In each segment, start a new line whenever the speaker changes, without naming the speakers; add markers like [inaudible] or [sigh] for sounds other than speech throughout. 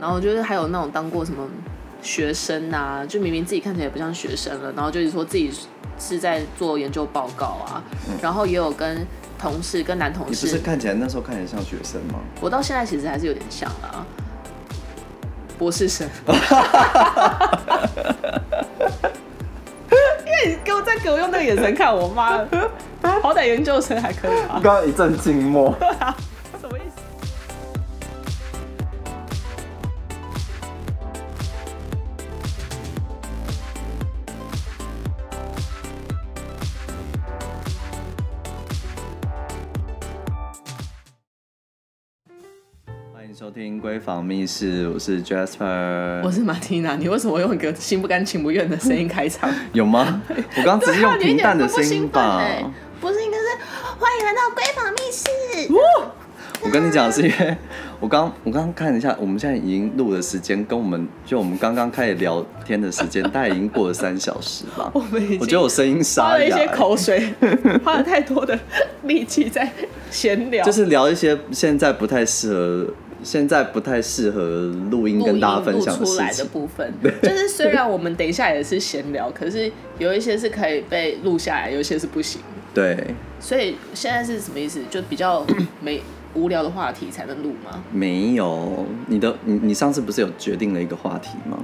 然后就是还有那种当过什么学生啊，就明明自己看起来也不像学生了，然后就是说自己是在做研究报告啊，然后也有跟同事跟男同
你不是
事，
看起来那时候看起来像学生 [laughs] 吗？
我到现在其实还是有点像啦，博士 [laughs] 生。因为你给我再给我用那个眼神看我妈，好歹研究生还可以吧？
刚刚一阵静默。
什么意思？
欢迎收听《闺房密室》，我是 Jasper。
我是马蒂娜，你为什么用一个心不甘情不愿的声音开场？
有吗？我刚刚只
[laughs]
是用平淡的声音吧。
欸不是应该是欢迎来到闺房密室。
我跟你讲，是因为 [laughs] 我刚我刚刚看了一下，我们现在已经录的时间跟我们就我们刚刚开始聊天的时间，大概已经过了三小时吧。
我们已经
我觉得我声音
花
沙
了一
哑
些
欸，
口水，花了太多的力气在闲聊，
就是聊一些现在不太适合。现在不太适合录音
录
跟
音
大家分
录
享的
出
事
来的
情，
部分。就是虽然我们等一下也是闲聊，可是有一些是可以被录下来，有一些是不行。
对，
所以现在是什么意思？就比较没无聊的话题才能录吗？
没有你的你你上次不是有决定了一个话题吗？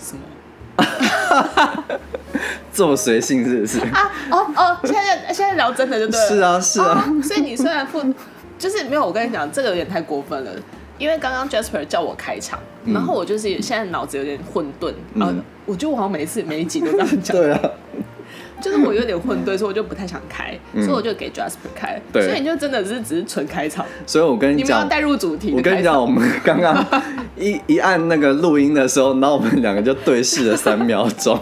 什么？
[laughs] 这么随性是不是？ [laughs]
啊哦哦，现在现在聊真的就对了。
是啊是啊，
哦所以你虽然不，就是没有，我跟你讲，这个有点太过分了。因为刚刚 Jasper 叫我开场，然后我就是现在脑子有点混沌，
嗯
啊，我觉得我好像每一次每一集都这样讲，
对啊，
就是我有点混沌，所以我就不太想开，所以我就给 Jasper 开。
嗯对
所以你就真的是只是纯开场，
所以我跟
你
你
们要
讲，
带入主题。
我跟你讲，，我们刚刚一一按那个录音的时候，然后我们两个就对视了三秒钟。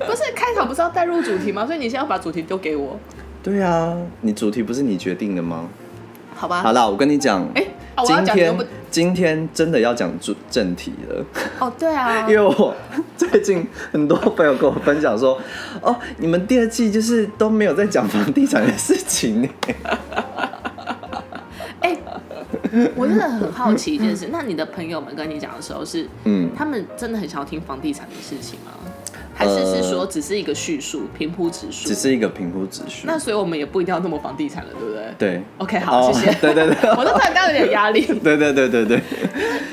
不是开场不是要带入主题吗？所以你现在要把主题丢给我，
对啊，你主题不是你决定的吗？
好吧？
好啦，我跟你讲，
啊哎啊我要
今
讲你又不
天今天真的要讲主正题了，
哦，对啊，
[laughs] 因为
[laughs]
我最近很多朋友跟我分享说，哦，你们第二季就是都没有在讲房地产的事情呢。 [laughs]
哎、我真的很好奇一件事，那你的朋友们跟你讲的时候是，
嗯
他们真的很想要听房地产的事情吗？还是是说只是一个叙述，平铺直述？
呃只是一个评估指数。
那所以我们也不一定要那么房地产了，对不对？
对
OK，好，
哦
谢谢。
[laughs] 对对对
我都突然刚刚有点压力。
[laughs] 对对对对对，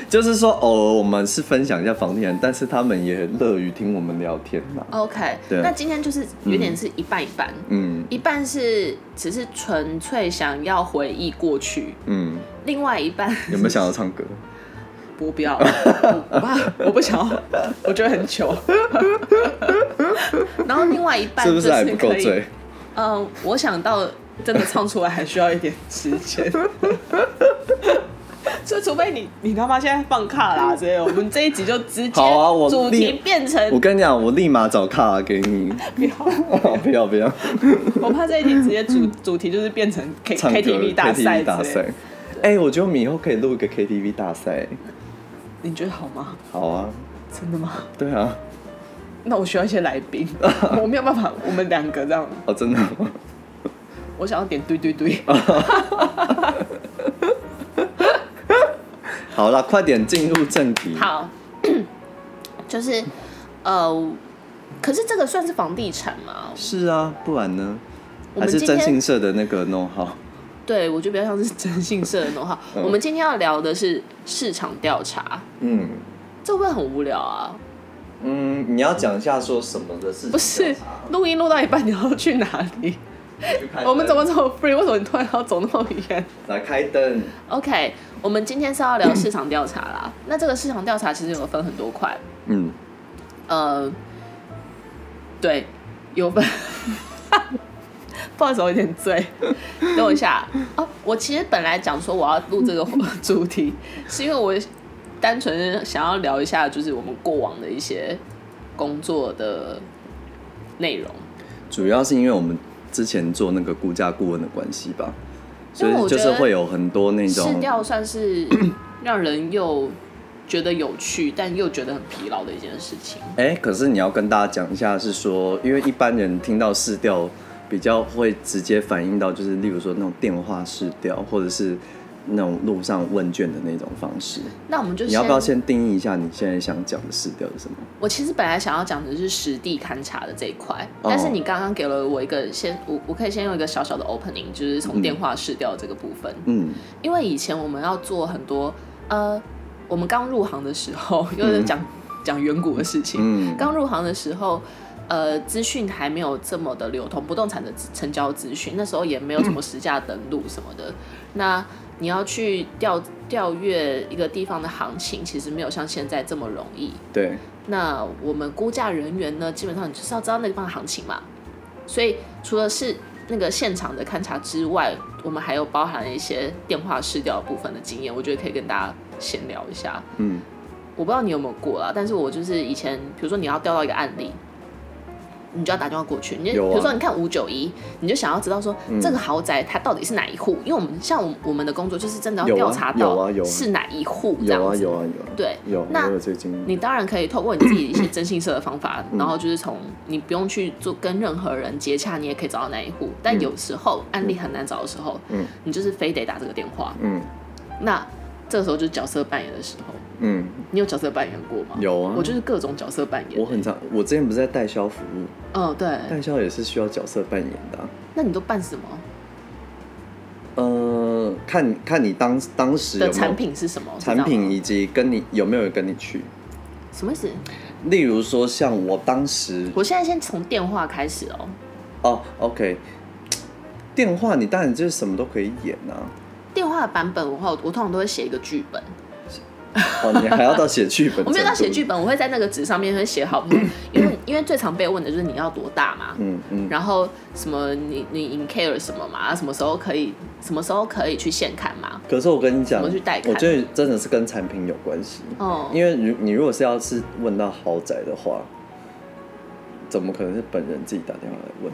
就是说偶尔我们是分享一下房地产，但是他们也很乐于听我们聊天嘛。
哦 OK，
对
那今天就是有点是一半一半，
嗯
一半是只是纯粹想要回忆过去，
嗯，
另外一半
有没有想
[laughs]
要唱歌？
我不要， [laughs] 我我怕我不想要，我觉得很糗。 [laughs] 然后另外一半
是
就
不是还
是
不够
可以，
醉？
嗯，我想到真的唱出来还需要一点时间。 [laughs] 所以，除非你你他妈现在放卡啦之类的，我们这一集就直接
好啊我
主题
立
变成
我跟你讲，我立马找卡给
[laughs]
你。哦
不要，
不要不要，
我怕这一集直接主主题就是变成 K
唱歌
KTV 大赛
KTV
之
大
类的
赛。。哎、我觉得我们以后可以录一个 KTV 大赛。
你觉得好吗？
好啊，
真的吗？
对啊，
那我需要一些来宾， [laughs] 我没有办法，我们两个这样。
哦，真的吗？ [laughs]
我想要点对对对。
好啦，快点进入正题。
好， [clears throat] 就是呃，可是这个算是房地产吗？
是啊，不然呢？
我
还
们
是
今
征信
天
社的那个弄好。
对我觉得比较像是征信社的那种哈。
嗯
我们今天要聊的是市场调查，
嗯
这会不会很无聊啊？
嗯，你要讲一下说什么的事情？
不是， [laughs] 录音录到一半你要去哪里？我们怎么这么 free？为什么你突然要走那么远
来开灯？
？OK，我们今天是要聊市场调查啦。那这个市场调查其实有分很多块，
嗯，
呃，对，有分。 [laughs] 不好意思，我有点醉。等我一下哦，我其实本来讲说我要录这个主题，是因为我单纯是想要聊一下，就是我们过往的一些工作的内容。
主要是因为我们之前做那个估价顾问的关系吧，所
因为
以
我
就
觉
是
得
会有很多那
试
种
调算是 [clears throat] 让人又觉得有趣，但又觉得很疲劳的一件事情。
哎、可是你要跟大家讲一下，是说，因为一般人听到市调，比较会直接反映到，就是例如说那种电话市调，或者是那种路上问卷的那种方式。
那我们就
你要不要先定义一下你现在想讲的市调是什么？
我其实本来想要讲的是实地勘察的这一块，
哦
但是你刚刚给了我一个先，我我可以先用一个小小的 opening，就是从
嗯
电话试调这个部分，
嗯，
因为以前我们要做很多，呃，我们刚入行的时候，又是讲讲远古的事情，
嗯
刚入行的时候。呃，资讯还没有这么的流通，不动产的资成交资讯那时候也没有什么实价登录什么
嗯
的。那你要去调调阅一个地方的行情，其实没有像现在这么容易。
对，
那我们估价人员呢，基本上你就是要知道那个地方的行情嘛。所以除了是那个现场的勘察之外，我们还有包含一些电话试调部分的经验，我觉得可以跟大家闲聊一下。
嗯
我不知道你有没有过啦，但是我就是以前，比如说你要调到一个案例，你就要打电话过去。你就、
有啊
比如说你看五九一，你就想要知道说、
嗯
这个豪宅它到底是哪一户，因为我们像我我们的工作就是真的要
有啊
调查
有
到
啊有啊
是哪一户这
有
样
啊
子。
有啊有啊，
对，
有
那
我有这个经历。
你当然可以透过你自己一些征信社的方法，
嗯
然后就是从你不用去做跟任何人接洽，你也可以找到那一户。但有时候案例很难找的时候，
嗯
你就是非得打这个电话。
嗯
那这个时候就是角色扮演的时候，
嗯，
你有角色扮演过吗？
有啊
我就是各种角色扮演。
我哎很常，我之前不是在代销服务，
嗯，对。
代销也是需要角色扮演的啊、
那你都扮什么？
呃，看看你当当时有
的
没有
产品是什么？
产
知道
品
吗
以及跟你有没有人跟你去。
什么意思？
例如说，像我当时
我现在先从电话开始哦。
哦，OK，电话你当然就是什么都可以演啊。
电话的版本的话，我我通常都会写一个剧本。
哦，你还要到写剧
[laughs] ？
本
我没有到写剧
本。
本，我会在那个纸上面会写好，因为因为最常被问的就是你要多大嘛，
嗯嗯，
然后什么你你 in care 什么嘛，什么时候可以什么时候可以去现看嘛，
可是我跟你讲，
我去代看
我觉得真的是跟产品有关系。
哦
因为如你如果是要是问到豪宅的话，怎么可能是本人自己打电话来问？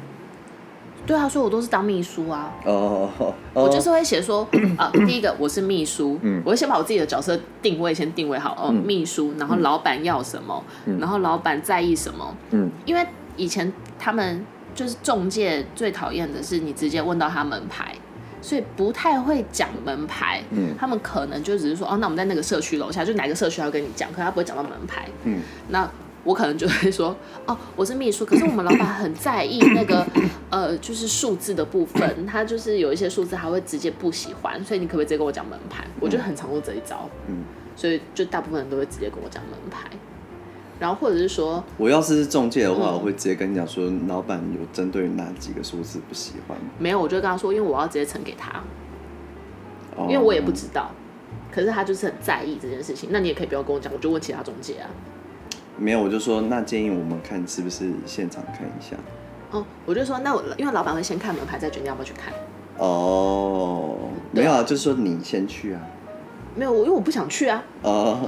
对啊，所以我都是当秘书啊，
哦，哦哦
我就是会写说，呃，第一个我是秘书，我会先把我自己的角色定位先定位好，哦，秘书，然后老板要什么，然后老板在意什么，
嗯，
因为以前他们就是中介最讨厌的是你直接问到他门牌。所以不太会讲门牌，
嗯
他们可能就只是说，哦，那我们在那个社区楼下，就哪个社区要跟你讲，可他不会讲到门牌，
嗯，
那我可能就会说，哦，我是秘书，可是我们老板很在意那个 [coughs] 呃，就是数字的部分，他就是有一些数字他会直接不喜欢，所以你可不可以直接跟我讲门牌？我就很常用这一招，
嗯，
所以就大部分人都会直接跟我讲门牌，然后或者是说，
我要是中介的话，
嗯
我会直接跟你讲说，老板有针对哪几个数字不喜欢，
没有，我就会跟他说，因为我要直接呈给他，
哦
因为我也不知道。可是他就是很在意这件事情，那你也可以不要跟我讲，我就问其他中介啊。
没有，我就说那建议我们看是不是现场看一下。
哦，我就说那我因为老板会先看门牌，再决定要不要去看。
哦，没有啊，就是说你先去啊。
没有，我因为我不想去啊，
哦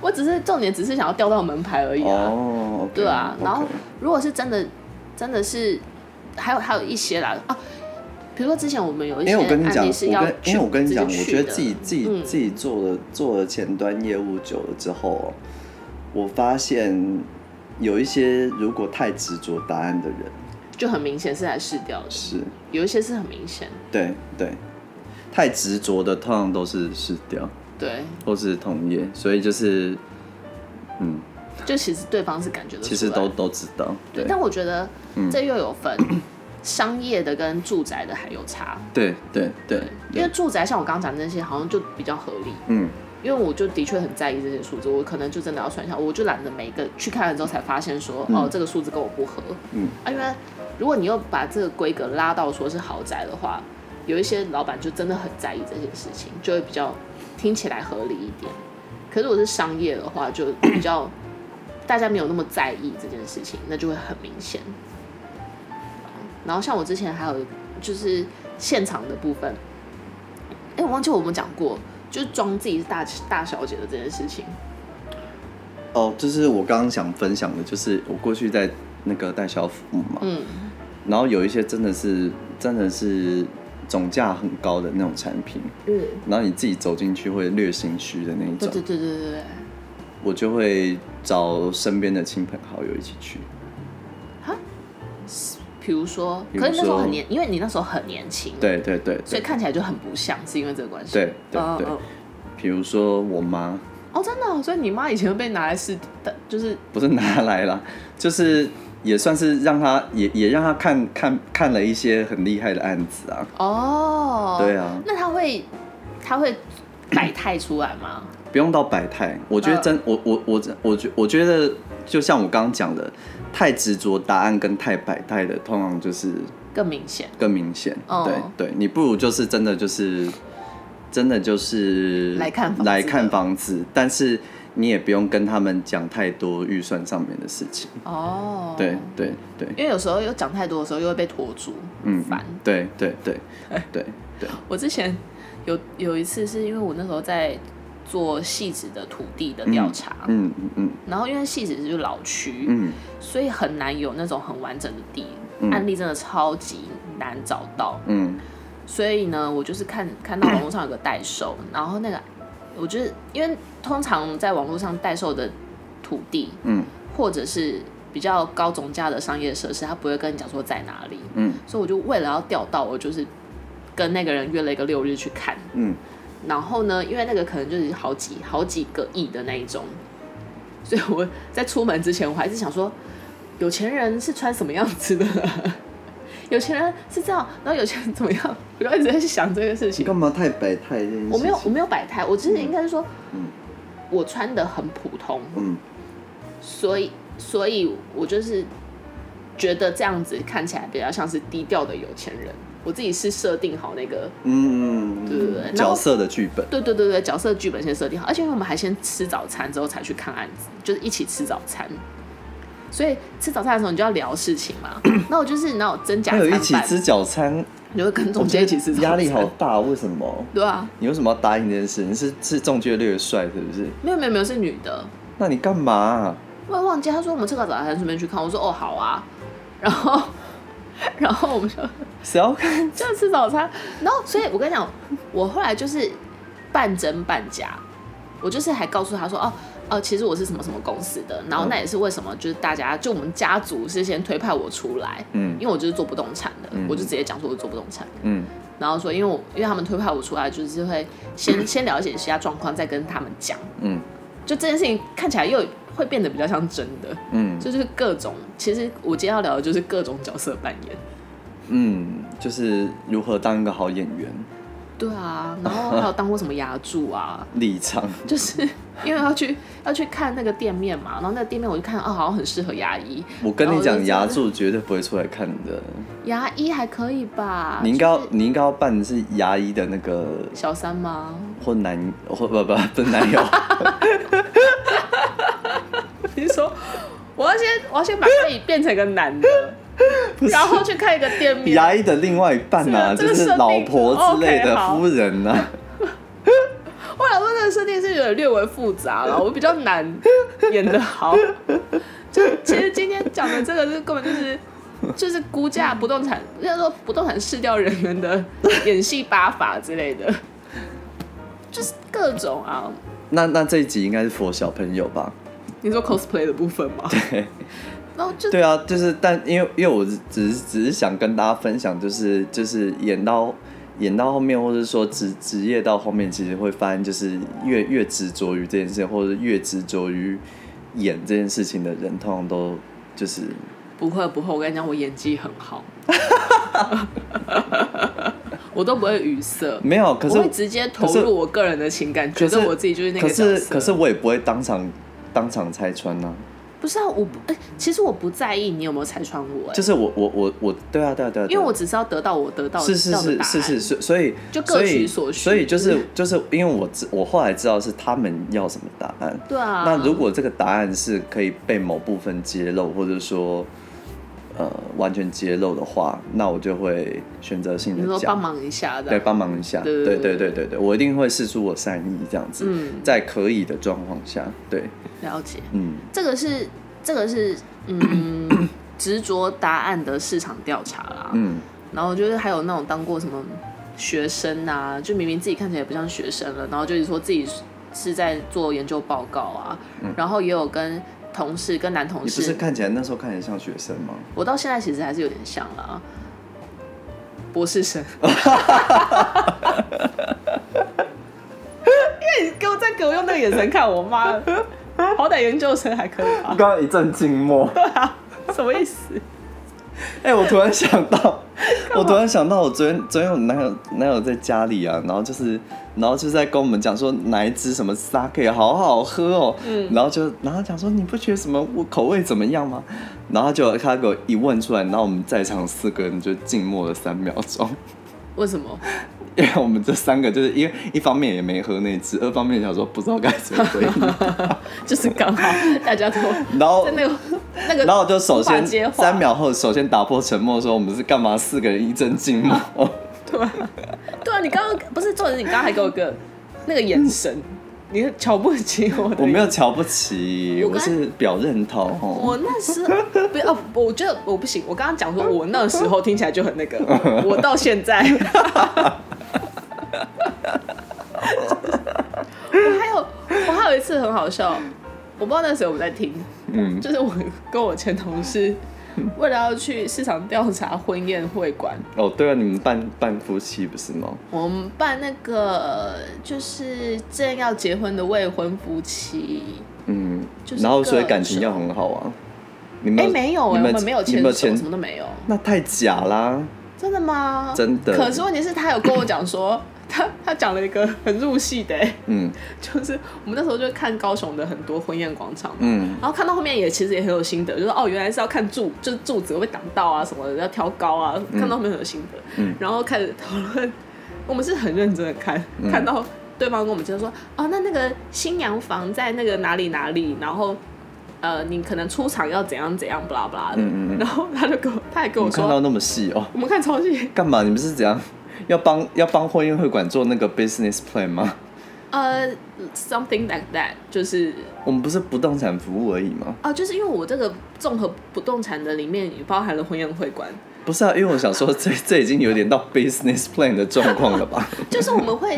我只是重点只是想要调到门牌而已啊。
哦，OK，
对啊，
OK
然后如果是真的，真的是还有还有一些啦啊，比如说之前我们有一些
因为我跟你讲，
案例是
我
要
跟因为我跟你讲，我觉得自己
自
自己自己做了做了前端业务久了之后哦，我发现有一些如果太执着答案的人
就很明显是来试掉的，
是，
有一些是很明显，
对对，太执着的通常都是失掉
对，
或是同业，所以就是嗯，
就其实对方是感觉得出来
其实都都知道，
对，
对
但我觉得
嗯
这又有分商业的跟住宅的还有差，
对对对，
因为住宅像我刚刚讲的那些好像就比较合理，
嗯
因为我就的确很在意这些数字，我可能就真的要算一下，我就懒得每一个去看了之后才发现说，哦，这个数字跟我不合。
嗯
啊，因为如果你又把这个规格拉到说是豪宅的话，有一些老板就真的很在意这些事情，就会比较听起来合理一点。可是我是商业的话，就比较 [coughs] 大家没有那么在意这件事情，那就会很明显。然后像我之前还有就是现场的部分，哎、我忘记我们讲过，就是装自己是大大小姐的这件事情。
哦，就是我刚刚想分享的，就是我过去在那个代销服务嘛，
嗯，
然后有一些真的是真的是总价很高的那种产品，
嗯，
然后你自己走进去会略心虚的那一
对对
种，
对对对对。
我就会找身边的亲朋好友一起去。
比比如说，
比如
可是那时候
说
很年，因为你那时候很年轻，，
对对对
所以
对
看起来就很不像，是因为这个关系。
对对
嗯
对
嗯，
比如说我妈，
哦，真的哦、所以你妈以前会被拿来试，但就是
不是拿来啦，就是也算是让她也也让她看看看了一些很厉害的案子啊，
哦，
对啊
那他会他会摆态出来吗？
不用到百态，我觉得
嗯
真、我我我我觉我觉得就像我刚刚讲的，太执着答案跟太百态的，通常就是
更明显，
更明显。
哦
对对，你不如就是真的就是真的就是
来看房子
来看房子，但是你也不用跟他们讲太多预算上面的事情。
哦，
对对对，
因为有时候又讲太多的时候，又会被拖住，
嗯，
烦。
对对
[laughs]
对对对，
我之前有有一次是因为我那时候在做细致的土地的调查，
嗯嗯嗯
然后因为细致就是老区，
嗯
所以很难有那种很完整的地，案例真的超级难找到。
嗯
所以呢，我就是看看到网络上有个代售，然后那个我就是因为通常在网络上代售的土地，
嗯
或者是比较高总价的商业设施，他不会跟你讲说在哪里，
嗯
所以我就为了要钓到，我就是跟那个人约了一个六日去看。
嗯，
然后呢，因为那个可能就是好几好几个亿的那一种， [laughs] 所以我在出门之前，我还是想说，有钱人是穿什么样子的？ [laughs] 有钱人是这样，然后有钱人怎么样？我就一直在想这个事
你
情。
干嘛太百态这件事情？
我没有，我没有摆态，我只是应该是说，
嗯
我穿的很普通，
嗯
所以，所以我就是觉得这样子看起来比较像是低调的有钱人。我自己是设定好那个
嗯嗯，
对对对然后
角色的剧本。
对对对对，角色剧本先设定好，而且因为我们还先吃早餐之后才去看案子，就是一起吃早餐。所以吃早餐的时候，你就要聊事情嘛。那我就是那种真假
还有
参
一
半，
起吃早餐，
你就会跟
我
总
觉
监一
得
起吃早餐，
压力好。大。为什么？
对啊，
你为什么要答应这件事？你是是中介略帅是不是？
没有没有没有，是女的。
那你干嘛啊、
我也忘记她说我们吃个早餐，顺便去看。我说哦好啊，然后 [laughs] 然后我们就
谁要看？
就吃早餐。然后，所以我跟你讲，我后来就是半真半假，我就是还告诉他说，哦哦，其实我是什么什么公司的，然后那也是为什么，就是大家就我们家族是先推派我出来，
嗯
因为我就是做不动产的，
嗯
我就直接讲说我做不动产的，
嗯
然后说因为我因为他们推派我出来，就是会先先了解一下状况，再跟他们讲，
嗯
就这件事情看起来又会变得比较像真的。
嗯
就是各种，其实我今天要聊的就是各种角色扮演。
嗯，就是如何当一个好演员，
对 [laughs] 啊，然后还有当过什么牙柱啊，
立场。
就是因为要去要去看那个店面嘛，然后那个店面我就看，哦，好像很适合牙医，
我跟你
然后我
讲，
就
牙柱绝对不会出来看的。
牙医还可以吧？
你应该要
就是
你应该要扮的是牙医的那个
小三吗？ [laughs]
或男或不不不是男友，
你说我要先我要先把自己变成一个男的，然后去看一个店面，
牙医的另外一半
是啊
啊，
这
就
个
是
设定
老婆之类的
OK，好
夫人啊。
我想说这个设定是有点略微复杂了，我比较难演得好。就其实今天讲的这个是根本就是就是估价不动产，应该说不动产市调人员的演戏八法之类的，就是各种啊。
那那这一集应该是 for 小朋友吧？
你说 cosplay 的部分吗？
对。
然后就
对啊，就是但因为因为我只只是只是想跟大家分享，就是就是演到演到后面，或者说职职业到后面，其实会发现，就是越越执着于这件事情，或者越执着于演这件事情的人，通常都就是
不会不会，我跟你讲，我演技很好， [laughs] 我都不会语塞。
没有。可
我会
是
直接投
可是
入我个人的情感，觉
可
得
是
我自己就是那个
可
角色。
是可是我也不会当场当场拆穿呐、
不是啊，我不，哎、其实我不在意你有没有拆穿我、哎
就是我我我我对啊对啊对啊，对
因为
啊
我只是要得到我得到
是是
要的
是
答
是
案
是，所所以
就各
所以
取所需嗯
所以就是就是因为我知我后来知道是他们要什么答案，
对啊。
那如果这个答案是可以被某部分揭露，或者说呃完全揭露的话，那我就会选择性
你说
的
帮
讲，
忙一下
对，
的，
帮忙一下，
对对
对对对对对，我一定会试出我善意这样子，
嗯
在可以的状况下，对，
了解，
嗯，
这个是这个是
[clears throat]
嗯执着答案的市场调查啦。
嗯
然后就是还有那种当过什么学生啊，就明明自己看起来也不像学生了，然后就是说自己是在做研究报告啊，然后也有跟同事跟男同
嗯你不
事
是，看起来那时候看起来像学生吗？
我到现在其实还是有点像啦，博士
[laughs]
生。因为你给我再给我用那个眼神看我妈，好歹研究生还可以吧？
刚刚一阵静默。
什么意
[laughs]
思？
哎、我突然想到，我突然想到，我昨天昨天我男友男友在家里啊，然后就是然后就在跟我们讲说哪一支什么 sake 好好喝哦，
嗯
然后就然后他讲说你不觉得什么口味怎么样吗？然后就他给我一问出来，然后我们在场四个人就静默了三秒钟， [laughs]
为什么？
因为我们这三个就是因为一方面也没喝那支，二方面想说不知道该怎么回应，
[laughs] 就是刚好大家都
然后
在那个那个，
然后就首
无法接
先
话
三秒后首先打破沉默说我们是干嘛？四个人一阵静默。
[laughs] 对啊，对啊，你刚刚不是重点，你刚刚还给我一个那个眼神，你瞧不起我的。
我没有瞧不起，
我
我
刚
是表认同。
我那时候不要、啊，我觉得我不行。我刚刚讲说，我那时候听起来就很
[laughs]
那个，我到现在，我还有我还有一次很好笑，我不知道那时候我们在听，
嗯
就是我跟我前同事为了要去市场调查婚宴会馆，
哦，对啊，你们办办夫妻不是吗？
我们办那个就是正要结婚的未婚夫妻，
嗯
就是，
然后所以感情要很好啊。你们
哎、没有哎、
你
我们没有
你
牵
们有
手，
牵
什么都没有。
那太假啦！
真的吗？
真的
可是问题是，他有跟我讲说， [laughs] 他他讲了一个很入戏的、欸，
嗯
就是我们那时候就看高雄的很多婚宴广场嘛，
嗯，
然后看到后面也其实也很有心得，就是哦，原来是要看柱，就是柱子会被挡到啊什么的，要挑高啊，看到后面很有心得，
嗯
然后开始讨论，我们是很认真的看，
嗯
看到对方跟我们就说，哦，那那个新娘房在那个哪里哪里，然后。呃，你可能出场要怎样怎样，巴拉巴拉的。
嗯嗯嗯
然后他就跟我，他还跟我
我们
说
看，到那么细哦，
我们看超戏，
干嘛？你们是怎样？要帮要帮婚宴会馆做那个 business plan 吗？嗯
呃、s o m e t h i n g like that，就是
我们不是不动产服务而已吗？
哦，就是因为我这个综合不动产的里面也包含了婚宴会馆，
不是啊，因为我想
[laughs]
说这这已经有点到 business plan 的状况了吧？
就是我们会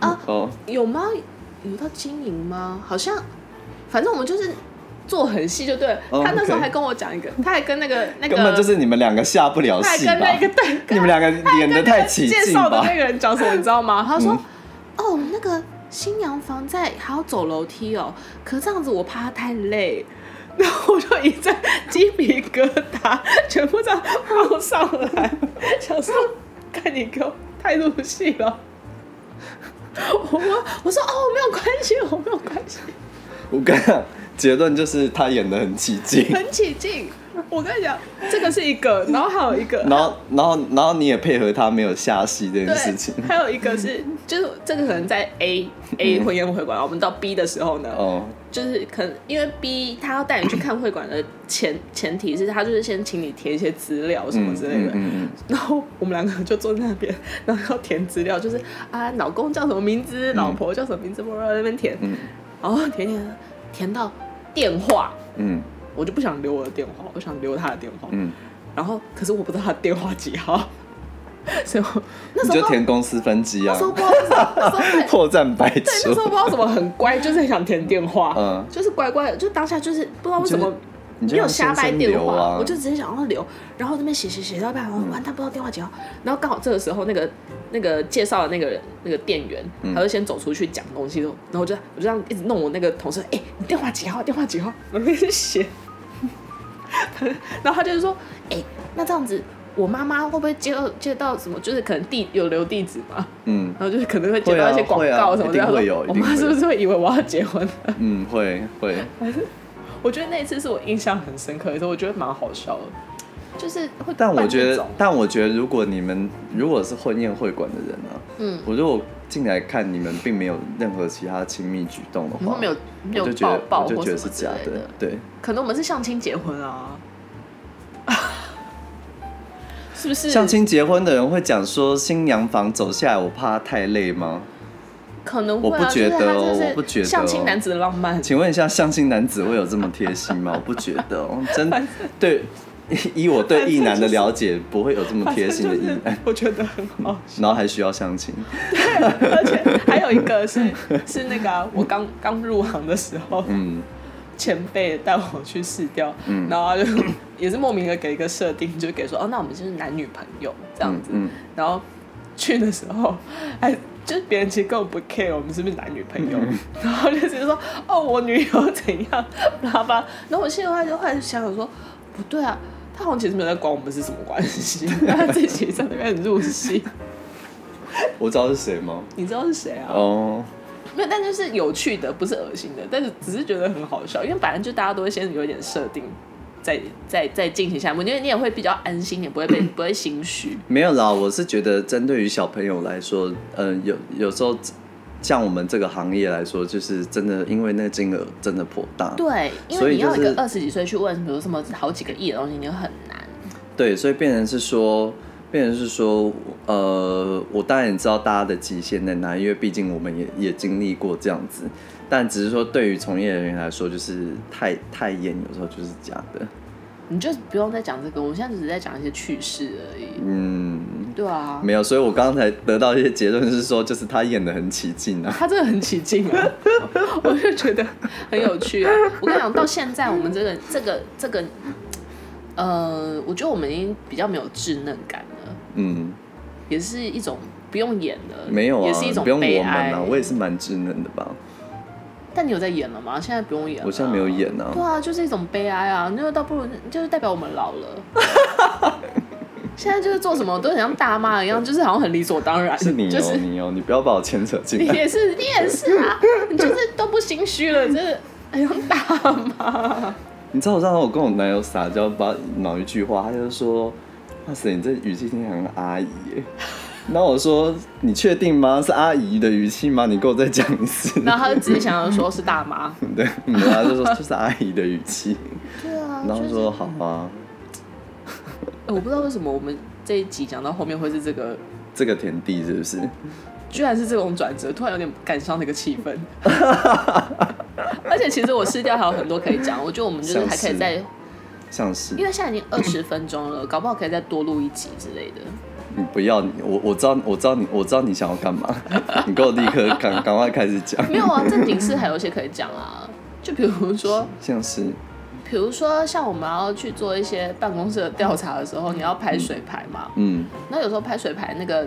啊，
哦，
有吗？有到经营吗？好像，反正我们就是做很细就对了。
哦
他那时候
OK
还跟我讲一个，他还跟那个那个，
根本就是你们两个下不了
他还
戏
跟
吧？
那个对，
[laughs] 你们两个演的太起
[laughs] 介
劲
绍的
吧？
那个人讲什么，你知道
[laughs]
吗？他说：“
嗯
哦，那个新娘房在，还要走楼梯哦，可这样子我怕她太累。”然后我就一阵鸡皮疙瘩全部这样冒上来，想说：“看你给我太入戏了。”我我我说哦，没有关系，我没有关系，
我跟你讲，结论就是他演的很起
[laughs]
劲，
很起劲。我跟你讲，这个是一个，然后还有一个，
然后然后然后你也配合他没有下戏这件事情。
[laughs]
嗯
对，还有一个
[laughs]
是，就是这个可能在 A A 婚宴会馆，我们到 B 的时候呢，
哦，
就是可能因为 B 他要带你去看会馆的前前提是他就是先请你填一些资料什么
嗯
之类
嗯
的。
嗯
然后我们两个就坐在那边，然后要填资料，就是
嗯
啊，老公叫什么名字，老婆叫什么名字，我在那边填，
嗯
然后填填填到电话，
嗯
我就不想留我的电话，我想留他的电话，
嗯，
然后可是我不知道他的电话几号， [laughs] 所以我那
你
时候
就填公司分机
那
啊
时，候不知道为什么，那时候
[laughs]
很
破绽百
对，那时候
出。
不知道怎么很乖，就是很想填电话，
嗯
就是乖乖的，就当下就是不知道为什么
你
没
就
有
让
瞎
先
掰
生
电
留
话，
啊，嗯
我就直接想要留，然后这边写写写到一半，我完蛋不知道电话几号，然后刚好这个时候那个那个介绍的那个人那个店员，
嗯
他就先走出去讲东西，然后我就我就这样一直弄我那个同事，哎、你电话几号？电话几号？然后就写， [laughs] 然后他就是说，哎、那这样子。我妈妈会不会接到接到什么？就是可能地有留地址嘛，
嗯
然后就是可能会接到一些广
会啊
告什么的，
会啊一定会有
然后我
一定会
妈
有
是不是会以为我要结婚？ [laughs]
嗯会会，
我觉得那一次是我印象很深刻的时候，我觉得蛮好笑的，就是会
但我
办
觉
这
得
种。
但我觉得如果你们如果是婚宴会馆的人啊，
嗯，
我如果进来看你们并没有任何其他亲密举动的
然
话
后，嗯没有没
我
有
就觉
抱
得
抱
我就
或
觉
什
得
么
是
之
假
类
的，对。
可能我们是相亲结婚啊， [laughs] 是不是？
相亲结婚的人会讲说新娘房走下来，我怕太累吗？
可能会啊，
我不觉得哦
就是他就是
我不觉得哦
相亲男子的浪漫，
请问一下，相亲男子会有这么贴心吗？我不觉得 [laughs] 哦，真对，以我对异男的了解，不会有这么贴心的
反正
异
就是
男，
[laughs] 我觉得很好笑。
[laughs] 然后还需要相亲，
[laughs] 而且还有一个是是那个啊、我刚刚入行的时候，
嗯，
前辈带我去试掉，然后他就嗯也是莫名的给一个设定，就给说哦，那我们就是男女朋友这样子。
嗯嗯
然后去的时候，还就是别人其实根本不 care 我们是不是男女朋友，
嗯
然后就直接说哦，我女友怎样， [laughs] 拉巴。然后我心里话就后来就想想说，不对啊，他好像其实没有在管我们是什么关系，他自己在那边很入戏。
我知道是谁吗？
你知道是谁啊？
哦，
没有，但就是有趣的，不是恶心的，但是只是觉得很好笑，因为反正就大家都会先有一点设定，再再再进行下一步，因为你也会比较安心，也不会
[laughs]
被不会心虚。
没有啦，我是觉得针对于小朋友来说，呃，有有时候像我们这个行业来说，就是真的因为那个金额真的颇大，
对，因
所
为
以
你要一
就
个
是
二十几岁去问，比如什么好几个亿的东西，你就很难。
对，所以变成是说，变成是说，呃，我当然也知道大家的极限在哪，因为毕竟我们也也经历过这样子，但只是说对于从业人员来说，就是太太严，有时候就是假的。
你就不用再讲这个，我们现在只是在讲一些趣事而已。
嗯，
对啊，
没有，所以我刚才得到一些结论是说，就是他演的很起劲啊。
他真的很起劲啊，我就觉得很有趣啊。我跟你讲，到现在我们这个这个这个，呃，我觉得我们已经比较没有稚嫩感了。
嗯，
也是一种不用演的，
没有啊，
也是一种
不用
悲
我们
哀。
啊，我也是蛮稚嫩的吧。
但你有在演了吗？现在不用演了，
我现在没有演啊
对啊，就是一种悲哀啊，那就倒不如就是代表我们老了。现在就是做什么都很像大妈一样，就是好像很理所当然，
是你哦，
就是
你哦，你不要把我牵扯
[laughs]
进
你
来。
也是你也是啊，你就是都不心虚了，就是很像大妈。
你知道我上次我跟我男友撒娇，把某一句话，他就说：“哇塞，你这语气听起来很阿姨耶。” [laughs] 然后我说：“你确定吗？是阿姨的语气吗？你给我再讲一次。
然后
[laughs]
他就直接想要说是大妈，”
对，嗯然后他就说：“就是阿姨的语气。
对啊”哎
然后说：“好啊，
我不知道为什么我们这一集讲到后面会是这个，
这个田地是不是？
居然是这种转折，突然有点赶上那个气
[laughs]
氛。而且其实我试掉还有很多可以讲，我觉得我们就是还可以再，
像是
因为现在已经二十分钟了，搞不好可以再多录一集之类的。
你不要你我我知道我知道你我知道你想要干嘛， [laughs] 你给我立刻赶赶快开始讲。
没有啊，正经事还有一些可以讲啊，就比如说，
像是
比如说像我们要去做一些办公室的调查的时候，你要拍水牌嘛，
嗯
那有时候拍水牌那个。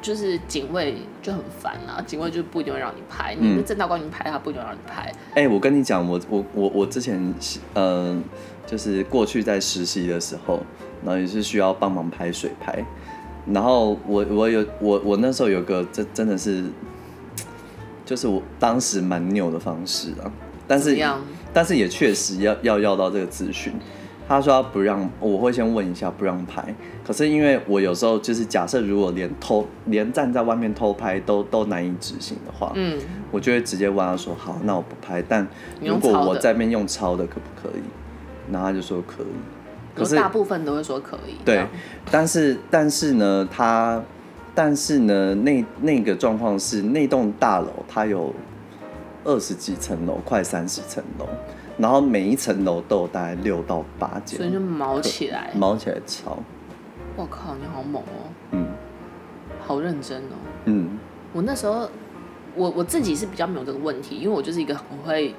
就是警卫就很烦啊，警卫就不一定会让你拍，你
嗯
是正大光明拍，他不一定会让你拍。
哎、我跟你讲，我我我我之前是呃，就是过去在实习的时候，然后也是需要帮忙拍水牌，然后我我有我我那时候有个这真的是，就是我当时蛮扭的方式啊，但
怎
是
么样？
但是也确实要要要到这个资讯。他说他不让，我会先问一下不让拍。可是因为我有时候就是假设，如果连偷连站在外面偷拍都都难以执行的话，
嗯，
我就会直接问他说：“好，那我不拍，但
你用
如果
抄的
我在面用抄的，可不可以？”然后他就说可以，可
可
是
大部分都会说可以。啊这
对
样，
但是但是呢，他但是呢，那那个状况是那栋大楼它有二十几层楼，快三十层楼，然后每一层楼都有大概六到八间
所以就毛起来。
毛起来抄，
我靠，你好猛哦，
嗯
好认真哦。
嗯
我那时候，我我自己是比较没有这个问题，因为我就是一个很会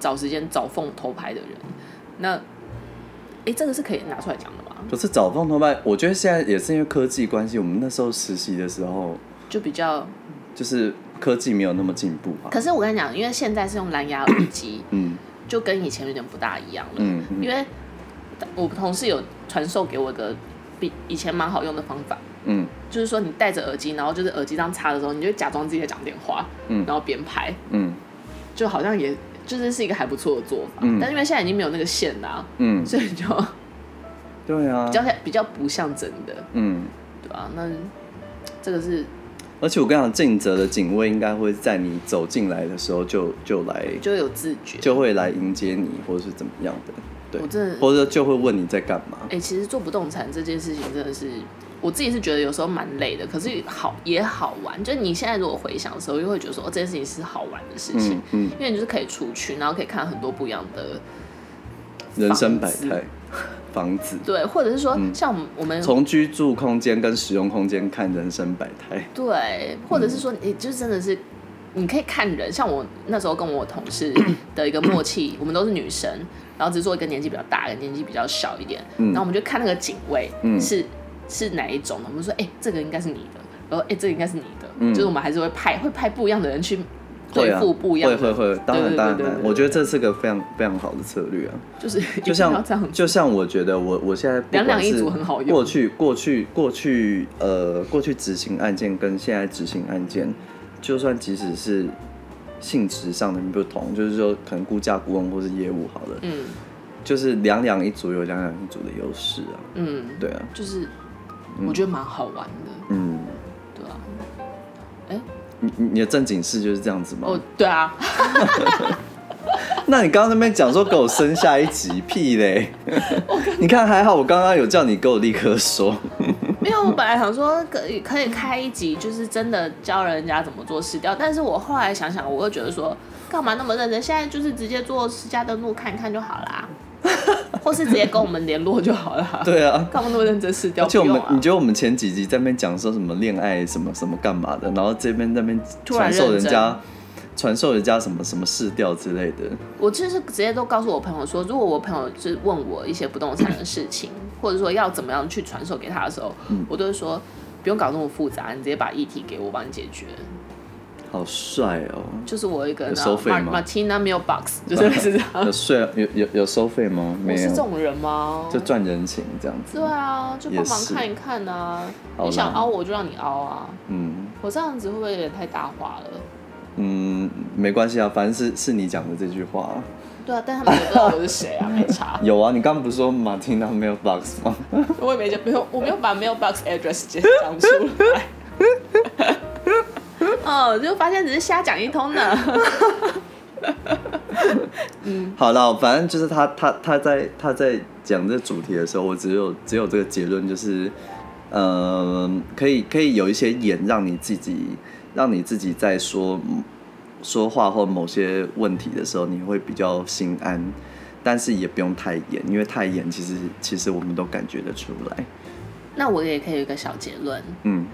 找时间找缝偷拍的人。那，哎，这个是可以拿出来讲的吗？
可是找缝偷拍，我觉得现在也是因为科技关系，我们那时候实习的时候，
就比较，
就是科技没有那么进步吧。
可是我跟你讲，因为现在是用蓝牙耳机，
嗯
就跟以前有点不大一样了。
嗯
因为我同事有传授给我一个比以前蛮好用的方法，
嗯
就是说你戴着耳机，然后就是耳机这样插的时候，你就假装自己在讲电话，
嗯
然后边拍，
嗯
就好像也就是是一个还不错的做法。
嗯
但因为现在已经没有那个线啦、啊，
嗯，
所以就
对啊
比，较像比较不像真的，
嗯。
对吧、那这个是
而且我跟你讲，尽责的警卫应该会在你走进来的时候就就来
就有自觉。
就会来迎接你，或者是怎么样的，对
我，真的
或者就会问你在干嘛。
哎、其实做不动产这件事情真的是，我自己是觉得有时候蛮累的，可是好也好玩。就是你现在如果回想的时候，又会觉得说，哦，这件事情是好玩的事情，
嗯嗯，
因为你就是可以出去，然后可以看很多不一样的，
人生百
房
态，房子
对，或者是说、像我们我们
嗯从居住空间跟使用空间看人生百态。嗯
对，或者是说你就真的是你可以看人，像我那时候跟我同
[coughs]
事的一个默契，我们都是女生，然后只是做一个年纪比较大，一个年纪比较小一点，然后我们就看那个警卫
嗯
是是哪一种的，我们说哎、这个应该是你的，然后哎、这个应该是你的，
嗯
就是我们还是会派会派不一样的人去
会
对
啊
付不一样的，
会会会，当
对
然
对
当然
对
当然
对，对
我觉得这是个非常非常好的策略啊。
就是
就
一定要
像
这样子，
就像我觉得我我现在不
两两
管是
一组很好用
过去过去过去呃过去执行案件跟现在执行案件，就算即使是性质上的不同，就是说可能估价顾问或是业务好了，
嗯
就是两两一组有两两一组的优势啊。
嗯，
对啊，
就是我觉得蛮好玩的，
嗯，
对啊，
你你你的正经事就是这样子吗？
哦对啊，
那你刚刚那边讲说给我生下一集，
[laughs]
屁嘞！你看还好，我刚刚有叫你给我立刻说，
没有，我本来想说可以可以开一集，就是真的教人家怎么做试调，但是我后来想想，我又觉得说，干嘛那么认真？现在就是直接做私家登录看一看就好啦，或是直接跟我们联络就好啦。，
对啊。
[laughs] 干嘛那么认真试调？
而且我
不
们
用，
你
啊，
觉得我们前几集在那边讲说什么恋爱什么什么干嘛的，然后这边那边
突然
传授
认
人
真
家传授人家什么什么试调之类的，
我就是直接都告诉我朋友说，如果我朋友就是问我一些不动产的事情，或者说要怎么样去传授给他的时候，
嗯
我都会说不用搞那么复杂，你直接把议题给我，我帮你解决。
好帅哦！
就是我有一个
有收费吗
m a r t i n a Mail Box，就是类似这样。
有税有有有收费吗？
啊我
没
是这
有，
种人吗？
就赚人情这样子
对。啊，就帮
也
忙
是
看一看啊。
好啦
你想凹我就让你凹啊。
嗯
我这样子会不会有点太大话
[laughs]
了？
嗯，没关系啊，反正是是你讲的这句话啊、
对啊，但他们也不知道我是谁啊，没查。
有啊，你刚刚不是说马听到 mailbox 吗？
我也没没有，我没有把 mailbox address 直接讲出来。
[laughs]
哦，就发现只是瞎讲一通呢。
好了，反正就是他他他在他在讲这主题的时候，我只有只有这个结论，就是，呃，可以可以有一些眼让你自己让你自己在说说话或某些问题的时候，你会比较心安，但是也不用太严，因为太严其实其实我们都感觉得出来。
那我也可以有一个小结论，
嗯，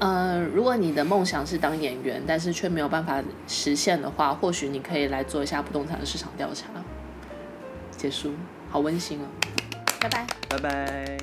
呃，如果你的梦想是当演员，但是却没有办法实现的话，或许你可以来做一下不动产的市场调查。结束，好温馨哦，拜拜。
拜拜。